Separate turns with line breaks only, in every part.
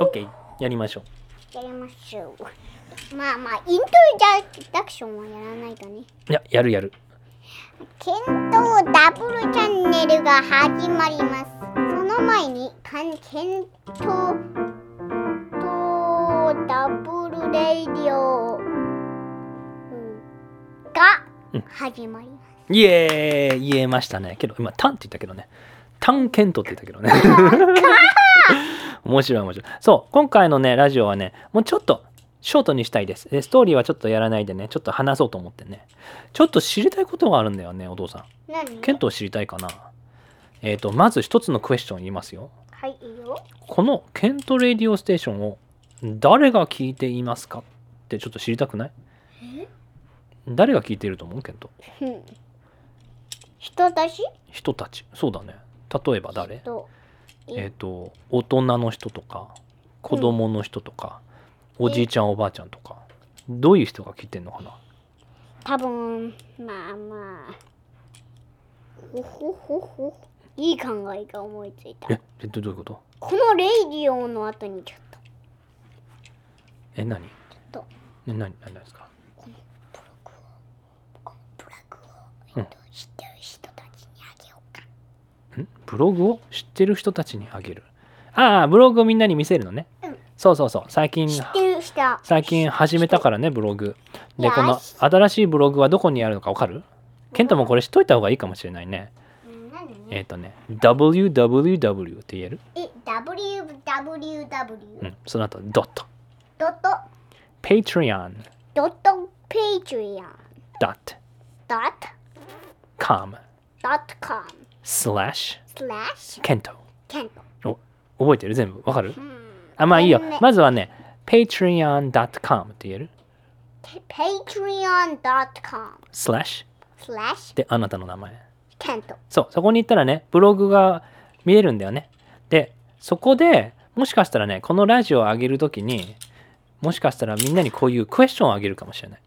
オッケーやりましょう
やりましょう。まあまあ、イントロダクションはやらないとね。
いややるやる
検討ダブルチャンネルが始まります。その前に、かん検討とダブルレイディオうんが始まります。
イエーイ言えましたねけど今タンって言ったけどねタンケントって言ったけどね面白い面白いそう今回のねラジオはねもうちょっとショートにしたいですでストーリーはちょっとやらないでねちょっと話そうと思ってねちょっと知りたいことがあるんだよねお父さん
何
ケントを知りたいかなえっ、とまず一つのクエスチョン言いますよ
はい、いいよ。
このケントレディオステーションを誰が聞いていますかってちょっと知りたくない誰が聞いていると思うケント
うん人出し
人たちそうだね例えば誰
と、
えっ、と大人の人とか子供の人とか、おじいちゃんおばあちゃんとかどういう人が聞いてんのかな
多分まあまあほほほほいい考えが思いついた
ええどどういうこと
このレイディオの後にちょっと
え何え
と
何何何ですか
このプラグ
う
を、
ん
えっと、知ってる人たちにあげようか
んブログを知ってる人たちにあげるああブログをみんなに見せるのね、
うん
そうそうそう最近
知ってる人
最近始めたからねブログで
よし
この新しいブログはどこにあるのかわかるケントもこれしといた方がいいかもしれないね
うん何
えっ、とね www って言える
え www
うんその後ドット
ドット
patreon
ドットペイチュリアン
dot
ドット
com
ドットコム
slash
スラッシュ
ケント
ケント
覚えてる全部わかる
うん
あまあいいよ
ごめんね
まずはね patreon.com って言える
patreon.com
slash
スラッシ
であなたの名前
ュケント
そうそこに行ったらねブログが見れるんだよねでそこでもしかしたらねこのラジオを上げるときにもしかしたらみんなにこういうクエスチョンをあげるかもしれない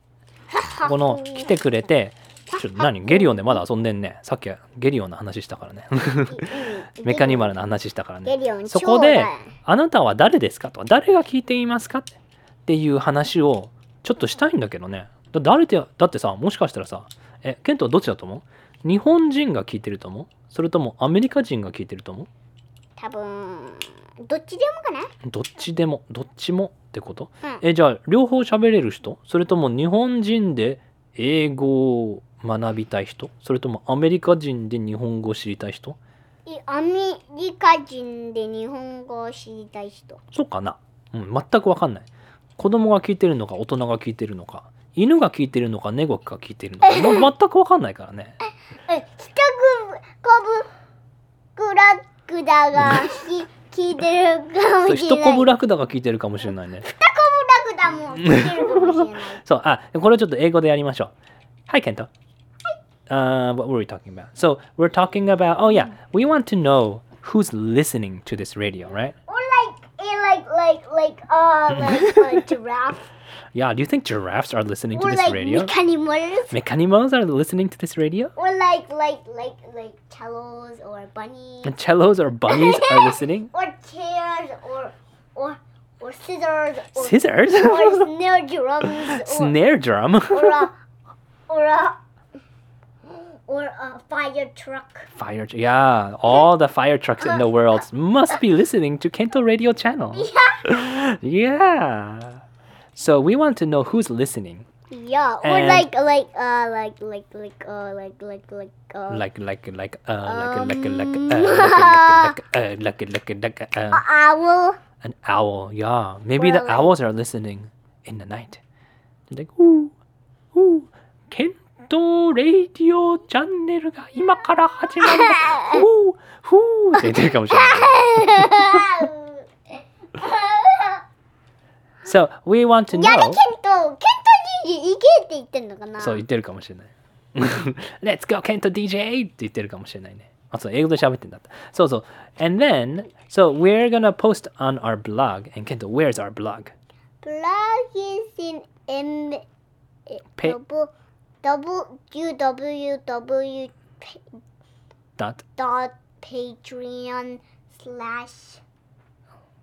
この来 てくれてちょ何ゲリオンでまだ遊んでんねさっきはゲリオンの話した からねメカニマルの話したからね
ゲリオン
そこ
超
で
だよ
「あなたは誰ですか?」とか「誰が聞いていますか?」っていう話をちょっとしたいんだけどねだ誰ってだってさもしかしたらさえケントはどっちだと思う日本人が聞いてると思うそれともアメリカ人が聞いてると思
多分どっちでもかな
うどっちでもどっちもってこと、
うん
えじゃあ両方喋れる人それとも日本人で英語を学びたい人それともアメリカ人で日本語を知りたい人
いアメリカ人で日本語を知りたい人
そうかな、うん、全くわかんない子供が聞いてるのか大人が聞いてるのか犬が聞いてるのか猫が聞いてるのかもう全くわかんないからね
え比較コブグラクダがひ聞いてるか
そ
も
う
し
一
れない
コブラクダが聞いてるかもしれ ないね
ブラクダも聞いてるかも しれない
そうあこれちょっと英語でやりましょう Hi Kento Uh, what were we talking about? So we're talking about. Oh yeah, we want to know who's listening to this radio, right?
or like eh, like like like uh like a giraffe
Yeah. Do you think giraffes are listening to
or
this
like
radio?
mechanisms
Mechanimals are listening to this radio.
Or like like like like cellos or bunnies
And cellos or bunnies are listening.
or chairs or or or scissors or
Scissors.
or snare drums or
Snare drum.
or a or a or a fire truck.
Fire, tr- yeah, all the fire trucks in the world must be listening to Kento Radio Channel.
Yeah.
Yeah. So we want to know who's listening,
Yeah. Or
And-
like like uh like like like uh like like like uh
like like like uh like like like uh, like uh, like like like uh, uh,
a owl.
an owl. Yeah, maybe the
Well, like-
owls are listening in the night. They're like ooh ooh Kento Radio Channel が今から始まる。Woo woo って言ってるかもしれない。So we want to
やれ
know.
ケントケントじい行けって言ってんのかな
そう言ってるかもしれない。Let's go, Kento DJ! って言ってるかもしれないね。あ、そう、英語で喋ってんだった。そうそう。And then, so we're gonna post on our blog. And Kento, where's our blog?
Plug is in M eh,
ペ
www
dot
dot patreon slash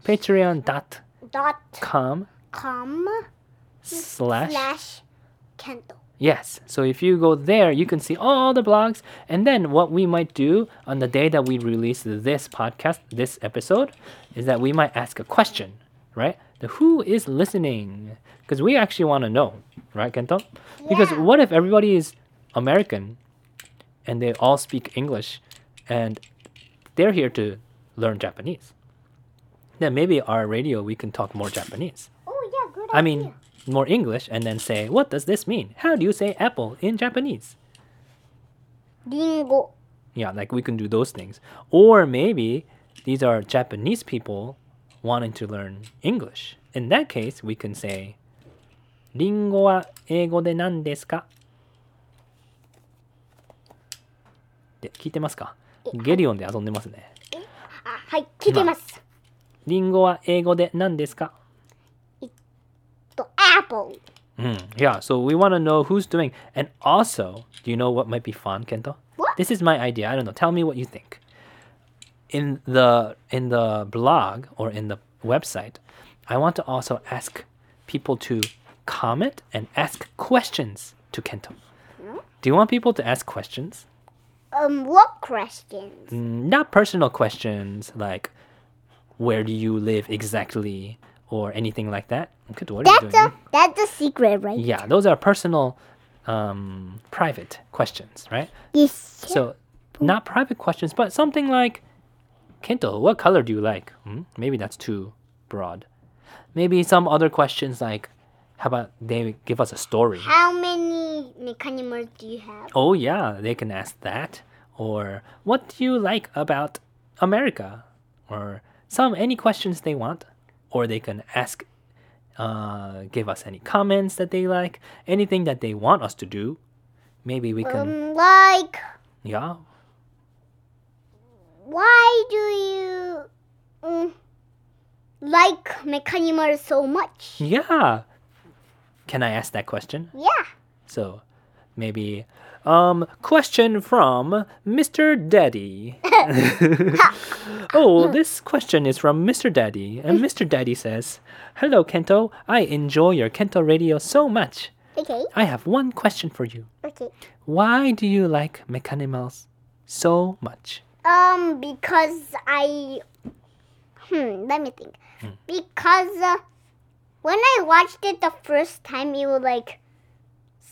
patreon.com
dot com
slash
slash Kendall.
Yes. So if you go there, you can see all the blogs. And then what we might do on the day that we release this podcast, this episode, is that we might ask a question, right? The who is listening? Because we actually want to know, right, Kento? Because
Yeah.
what if everybody is American and they all speak English and they're here to learn Japanese? Then maybe our radio, we can talk more Japanese.
Oh yeah, good
I mean, more English and then say, what does this mean? How do you say apple in Japanese?
Ringo.
Yeah, like we can do those things. Or maybe these are Japanese people wanting to learn English. In that case, we can say, リンゴは英語で何ですかって聞いてますかゲリオンで遊んでますね。
あ、はい、聞いてます。
リンゴは英語で何ですか
と、apple。
Mm, yeah, so we want to know who's doing. And also, do you know what might be fun, Kento?
What?
This is my idea. I don't know. Tell me what you think. In the in the blog or in the website, I want to also ask people to comment and ask questions to Kento. Do you want people to ask questions?
Um, what questions?
Mm, not personal questions like where do you live exactly or anything like that. Good, what are you
That's
doing?
a that's a secret, right?
Yeah, those are personal, um, private questions, right?
Yes.
So, not private questions, but something like, Kento, what color do you like? Hmm? Maybe that's too broad. Maybe some other questions like, how about they give us a story?
How many mechanisms do you have?
Oh, yeah, they can ask that. Or, what do you like about America? Or, some, any questions they want. Or they can ask, uh, give us any comments that they like, anything that they want us to do. Maybe we can,
Um, like,
yeah.
why do you mm, like mechanisms so much?
Yeah. Can I ask that question?
Yeah.
So, maybe, um, question from Mr. Daddy. oh, this question is from Mr. Daddy, and Mr. Daddy says, "Hello, Kento. I enjoy your Kento Radio so much.
Okay.
I have one question for you.
Okay.
Why do you like mechanimals so much?"
Um, because I. Hmm, let me think. Because uh, when I watched it the first time, it was like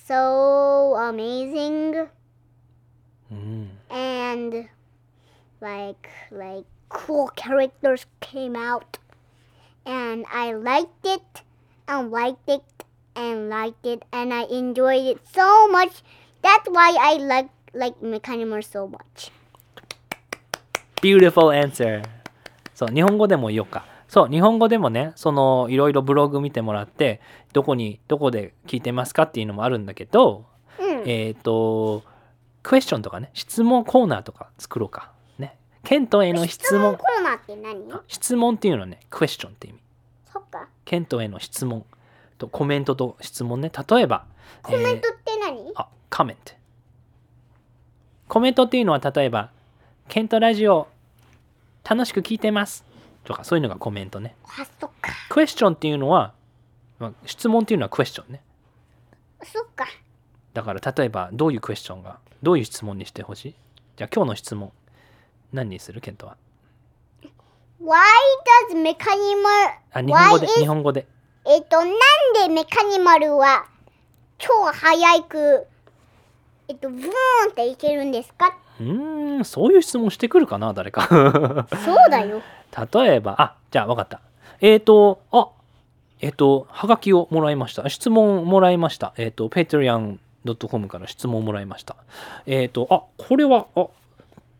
so amazing
Mm.
and like like cool characters came out, and I liked it and liked it and liked it and I enjoyed it so much. That's why I like like Mechanimals so much.
Beautiful answer. そう、日本語でも言おうか。そう、日本語でもね、その、いろいろブログ見てもらって、どこに、どこで聞いてますかっていうのもあるんだけど、
うん
えっ、と、クエスチョンとかね、質問コーナーとか作ろうか。ね。ケントへの質
質問
問
コ。ーナーって何
質問っていうのはね、クエスチョンって意味。
そっか。
ケントへの質問とコメントと質問ね。例えば、
コメ
え
ントって何、
ーあ、コメント。コメントっていうのは例えば、ケントラジオ楽しく聞いてますとかそういうのがコメントね。
あ、そっか。
クエスチョンっていうのは、まあ質問っていうのはクエスチョンね。
そっか。
だから例えばどういうクエスチョンがどういう質問にしてほしいじゃあ今日の質問何にするケントは
Why does メカニ
あ
マル
日本
Why
語
is
で日本語で
えっと、なんでメカニマルは超速くえっと、ブーンっていけるんですか
うーんそういう質問してくるかな誰か
そうだよ。
例えばあじゃあ分かったえっ、とあえっ、とはがきをもらいました質問もらいましたえっ、と patreon.com から質問もらいましたえっ、とあこれはあ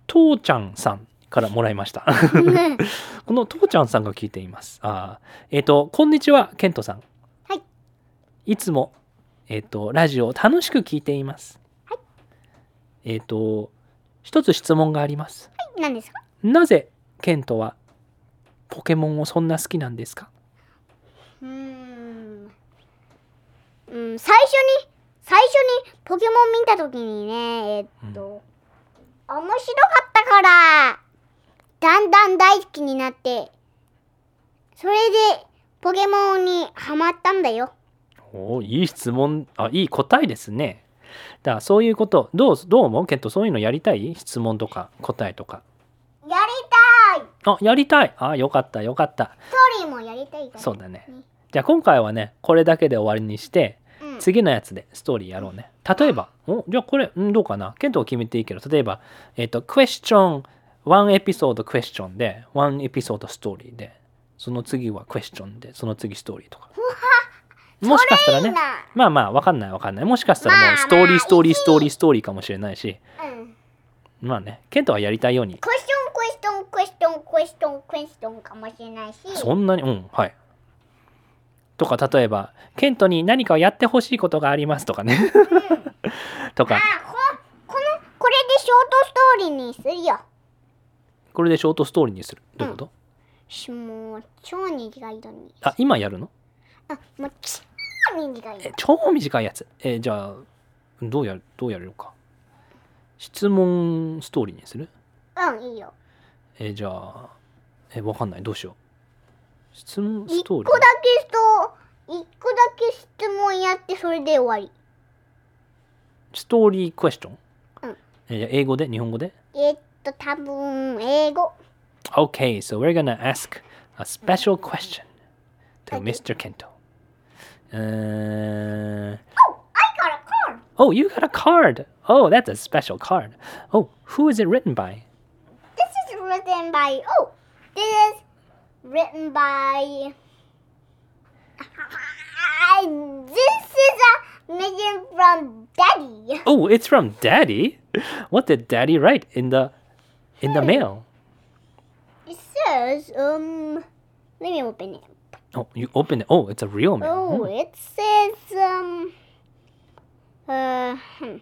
父ちゃんさんからもらいました
うん
この父ちゃんさんが聞いています。あーえっ、と、こんにちは、ケントさん。
はい。
いつも、えっ、と、ラジオを楽しく聞いています。。
はい
えっ、と、一つ質問があります。
何ですか
なぜ、ケントは、ポケモンをそんな好きなんですか
うーん。うん、最初に、最初にポケモン見たときにね、えっと、面白かったから、だんだん大好きになって、それでポケモンにハマったんだよ。
おーいい質問あいい答えですねだからそういうことどうどう思うケントそういうのやりたい質問とか答えとか
やりたい
あやりたいあよかったよかった
ストーリーもやりたいから。
そうだねじゃあ今回はねこれだけで終わりにして
うん、
次のやつでストーリーやろうね例えばおじゃあこれんどうかなケントが決めていいけど例えばえっ、とクエスチョン1エピソードクエスチョンで1エピソードストーリーでその次はクエスチョンでその次ストーリーとかもしかしたら
それい
ね
いな
まあまあわかんないわかんないもしかしたら
まあ
も
ま
う
あ
ストーリーストーリー
いい
ストーリーストーリーかもしれないし
うん。
まあねケントはやりたいように
クエスチョンクエスチョンクエスチョンクエスチョンクエスチョンかもしれないし。
そんなにうんはいとか例えばケントに何かをやってほしいことがありますとかねと
あ
か
ここのこれでショートストーリーにするよ。
これでショートストーリーにするどういうこと、
しもう超短いのに。
あ今やるの
あもう超短いの
え。超短いやつえじゃあどうやるどうやるか質問ストーリーにする
うんいいよ。
えじゃあえわかんないどうしよう質問ス
一
トー
個
リ
だ
ー
け人一個だけ質問やってそれで終わり。
ストーリークエスチョン、
うん
えじゃあ英語で日本語で
えっと多分英語。
Okay, so we're gonna ask a special question to
Okay.
Mr. Kento. Uh,
お、I got a card.
oh, you got a card. Oh, that's a special card. Oh, who is it written by?
This is written by oh, this is written by. this is a mission from Daddy.
Oh, it's from Daddy. What did Daddy write in the in the mail?
It says um, let me open it.
Oh, you opened it. Oh, it's a real mail.
Oh, it says um, uh, hmm.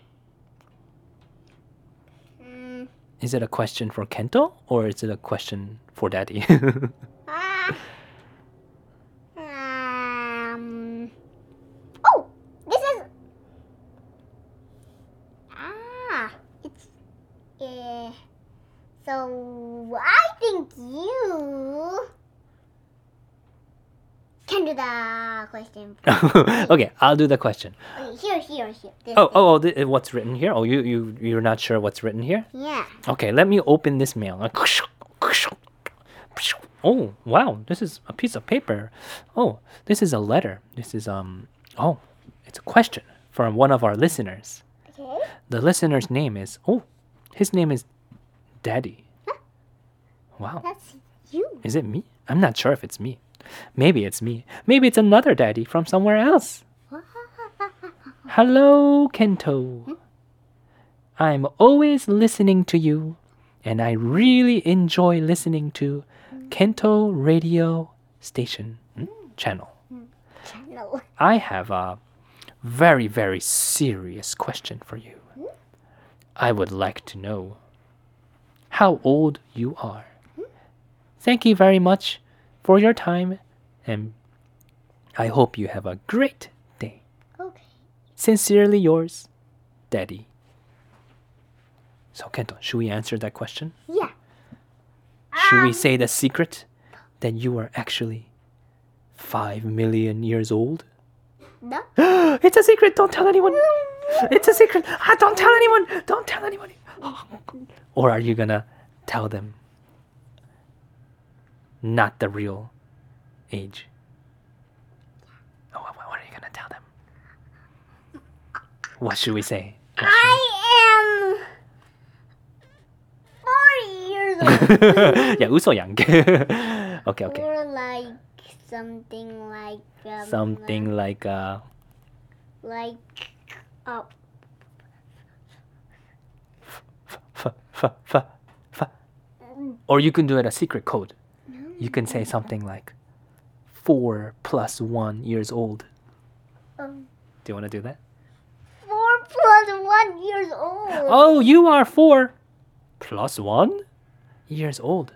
Mm,
Is it a question for Kento or is it a question for Daddy?
ah, um, oh, this is ah, it's uh, so I think you can do the question.
okay, I'll do the question.
Okay, here, here, here. This,
Oh, oh, oh th- what's written here? Oh, you you you're not sure what's written here?
yeah.
Okay, let me open this mail. Like, Oh, wow. This is a piece of paper. Oh, this is a letter. This is um oh, it's a question from one of our listeners.
Okay.
The listener's name is Oh, his name is Daddy. Wow.
That's you.
Is it me? I'm not sure if it's me. Maybe it's me. Maybe it's another daddy from somewhere else. Hello, Kento. I'm always listening to you, and I really enjoy listening to Kento Radio Station hmm? channel.
No.
I have a very, very serious question for you. I would like to know how old you are. Thank you very much for your time, and I hope you have a great day.
Okay.
Sincerely yours, Daddy. So, Kento, should we answer that question?
Yeah.
Should we say the secret that you are actually five million years old?
No.
It's a secret. Don't tell anyone. It's a secret. Ah, don't tell anyone. Don't tell anyone. Or are you gonna tell them? Not the real age. Oh, what, what are you gonna tell them? What should we say? What should-
I am forty years old.
yeah, 嘘やんけ okay, okay.
Or like something like um,
Something like uh,
like oh
f f f f. Or you can do it a secret code. You can say something like four plus one years old.
um,
Do you want to do that?
four plus one years old.
Oh, you are four plus one years old.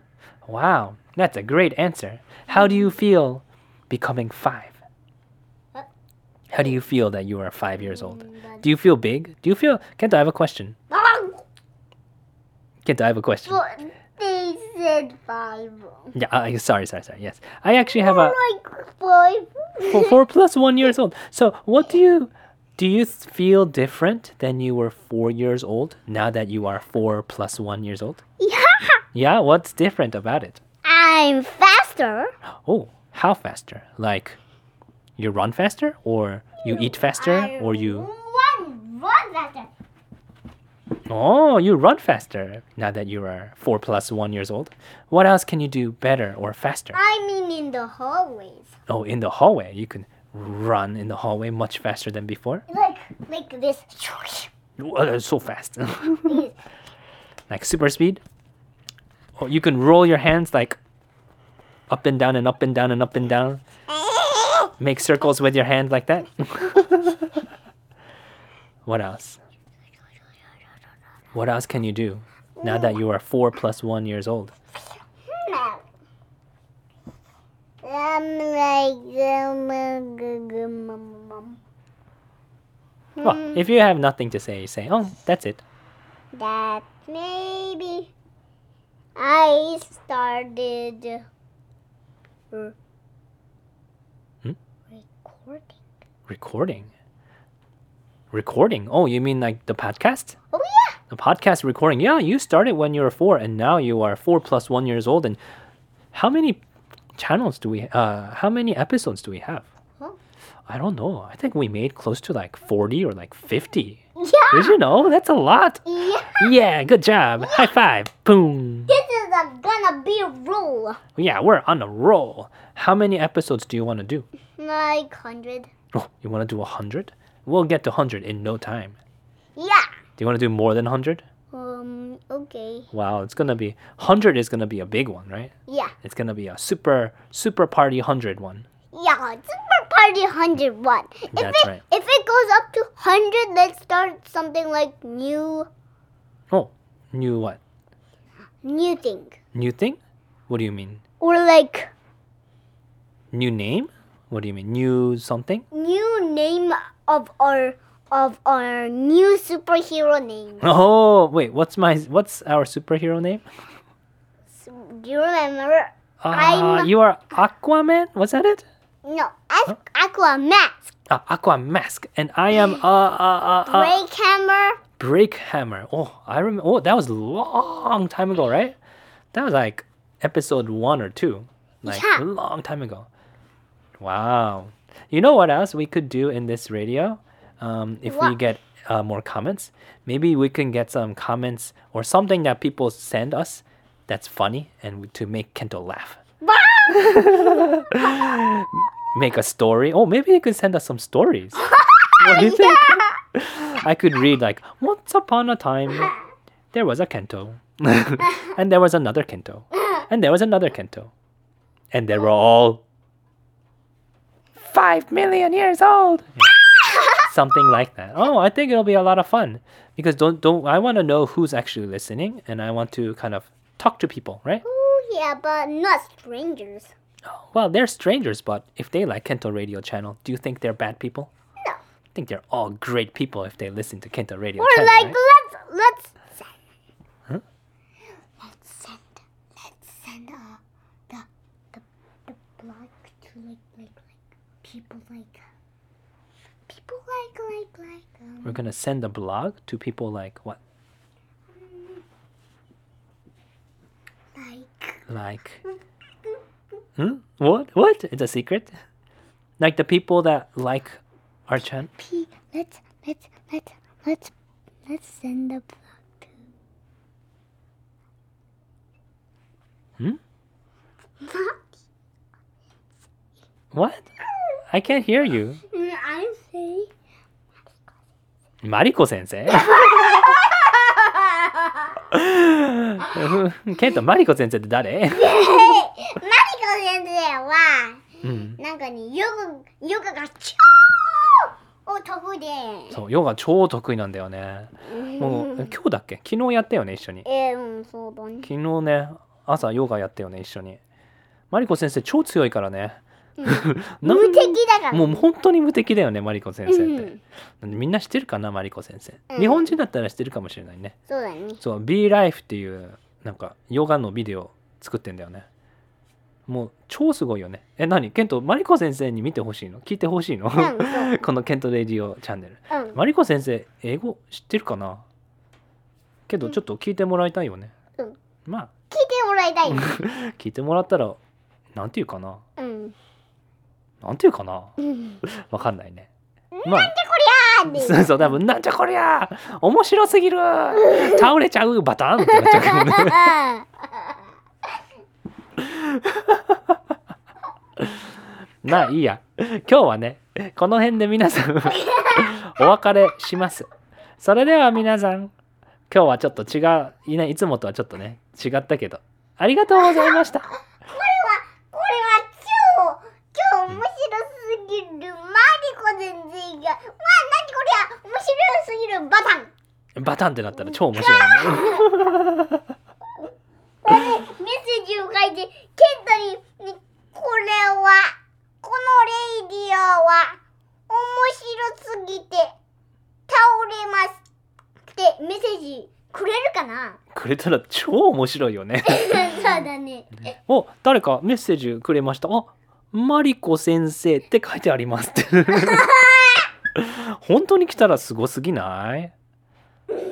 Wow, that's a great answer. How do you feel becoming five?
Huh?
How do you feel that you are five years old?
Mm,
Do you feel big? Do you feel. Kento, I have a question.
but-
Kento, I have a question.
But they said five.
Yeah, I sorry, sorry, sorry. Yes, I actually have a
Oh, like five.
four, four plus one years old. So, what do you do? You feel different than you were four years old now that you are four plus one years old?
Yeah.
Yeah, what's different about it?
I'm faster.
Oh, how faster? Like, you run faster, or you eat faster, or you
One, one faster.
oh, you run faster now that you are four plus one years old. What else can you do better or faster?
I mean in the hallways.
Oh, in the hallway, you can run in the hallway much faster than before.
Like like this.
Oh, that's so fast. like super speed. Or you can roll your hands like up and down and up and down and up and down. Make circles with your hand like that. what else? What else can you do now that you are four plus one years old?
Hmm, I'm like um, um, um, um,
Well, Oh, if you have nothing to say, say, oh, that's it.
that maybe I started r-
Hmm?
recording.
Recording. Recording. Oh, you mean like the podcast?
Oh yeah.
the podcast recording. Yeah, you started when you were four, and now you are four plus one years old. And how many channels do we? Uh, how many episodes do we have?
Huh?
I don't know. I think we made close to like forty or like fifty.
Yeah.
Did you know? That's a lot.
yeah.
Yeah, good job. High five. Boom.
This is a gonna be a rule.
Yeah, we're on a roll. How many episodes do you want to do?
Like hundred.
Oh, you want to do a hundred? We'll get to hundred in no time.
Yeah.
Do you want to do more than hundred?
Um. Okay.
Wow, it's gonna be hundred is gonna be a big one, right?
Yeah.
It's gonna be a super super party hundred one.
Yeah. It's for party hundred one. If
That's
it
right.
if it goes up to hundred, let's start something like new
Oh, new what?
new thing
New thing? What do you mean?
or like
New name? What do you mean? New something?
new name of our of our new superhero name.
Oh, wait. What's my what's our superhero name?
So, Do you remember?
Ah,
I'm-
you are Aquaman. Was that it?
No. Aqu- Aqua Mask.
Ah, Aquamask, and I am uh uh uh, uh
Ray Hammer.
Break Hammer. Oh, I remember. Oh, that was long time ago, right? That was like episode one or two, like
Yeah.
a long time ago. Wow. You know what else we could do in this radio? Um, if we
What?
get uh, more comments, maybe we can get some comments or something that people send us that's funny and we- to make Kento laugh. make a story. Oh, maybe you could send us some stories. what do you think? I could read like once upon a time there was a Kento, and there was another Kento, and there was another Kento, and they were all five million years old. Something like that. Oh, I think it'll be a lot of fun because don't don't I want to know who's actually listening, and I want to kind of talk to people, right?
Oh yeah, but not strangers.
Well, they're strangers, but if they like Kento Radio Channel, do you think they're bad people?
No.
I think they're all great people if they listen to Kento Radio
Or
Channel.
like
right?
let's let's send.
Huh?
Let's send let's send uh the the the blog to like like like people like people like like like um,
We're gonna send a blog to people like what?
like
Like Hmm? What? What? It's a secret? Like the people that like our channel?
p let's let's let's let's let's send the blog to
Hmm?
not
What? I can't hear you.
I'm saying
Mariko sensei? Kento, Mariko sensei って誰
マリコ先生は
うん。
なんかねヨガヨガが超お得意で
そう、ヨガ超得意なんだよね。もう、今日だっけ昨日やったよね、一緒に。
えー、うんそうだね
昨日ね朝ヨガやったよね一緒にマリコ先生超強いからね、なん
無敵だから
もう本当に無敵だよねマリコ先生って、
うん
なんでみんな知ってるかなマリコ先生、
うん
日本人だったら知ってるかもしれないね
そうだね
そう B ライフっていうなんかヨガのビデオ作ってんだよねもう超すごいよねえ何ケントマリコ先生に見てほしいの聞いてほしいの
うんそう
このケントレディオチャンネル
うん
マリコ先生英語知ってるかなけどちょっと聞いてもらいたいよね、
うん
ま
聞いてもらいたいね
あ聞いてもらったらなんていうかな
うん
なんていうかな
うん
わかんないねまあ
あーで
そうそう多分なんじゃこりゃ面白すぎる倒れちゃうバタンってなっちゃうけどね まあいいや今日はねこの辺で皆さん お別れしますそれでは皆さん今日はちょっと違ういないいつもとはちょっとね違ったけどありがとうございました
これは超超面白すぎるマリコ全然がまあ何こりゃ面白すぎるバタン
バタンってなったら超面白い、ね、
これメッセージを書いてケントににこれはこのレイディオは面白すぎて倒れますってメッセージくれるか な
くれたら超面白いよね
そうだね
お誰かメッセージくれましたあマリコ先生って書いてありますって 本当に来たらすごすぎない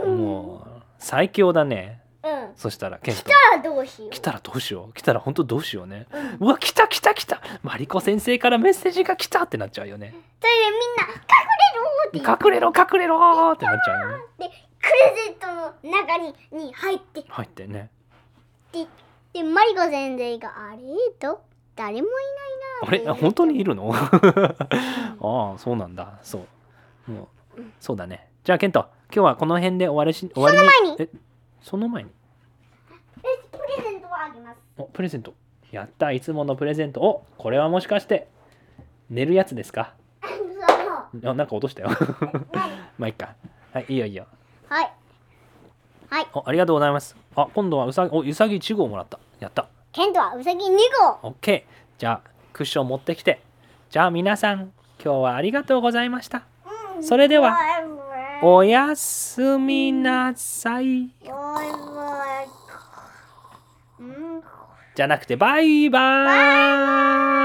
もう最強だね
うん
そしたらケント
たらどうしよう
来たらどうしよう来たら本当どうしようねうわ来た来た来たマリコ先生からメッセージが来たってなっちゃうよね
それでみんな隠れるって言っ
隠れろ隠れろーってなっちゃうよね
てクレジットの中にに入ってっ
入ってね
てでマリコ先生があれと誰もい
あ
ない
れ
な
本当にい
る
るの ああそうなんだそうもうそうだねじゃあケント今日はこの辺で終わりし終わり
その前
えその前に
プレゼントをあげます
おプレゼントやったいつものプレゼントおこれはもしかして寝るやつですか
そう
あなんか落としたよ まあいいかはいいいよいいよ
はいはい
おありがとうございますあ今度はうさぎおうさぎ1号もらったやった
ケントはウサギ2号
OK じゃあクッション持ってきてじゃあ皆さん今日はありがとうございましたそれではおやすみなさいじゃなくてバイバイ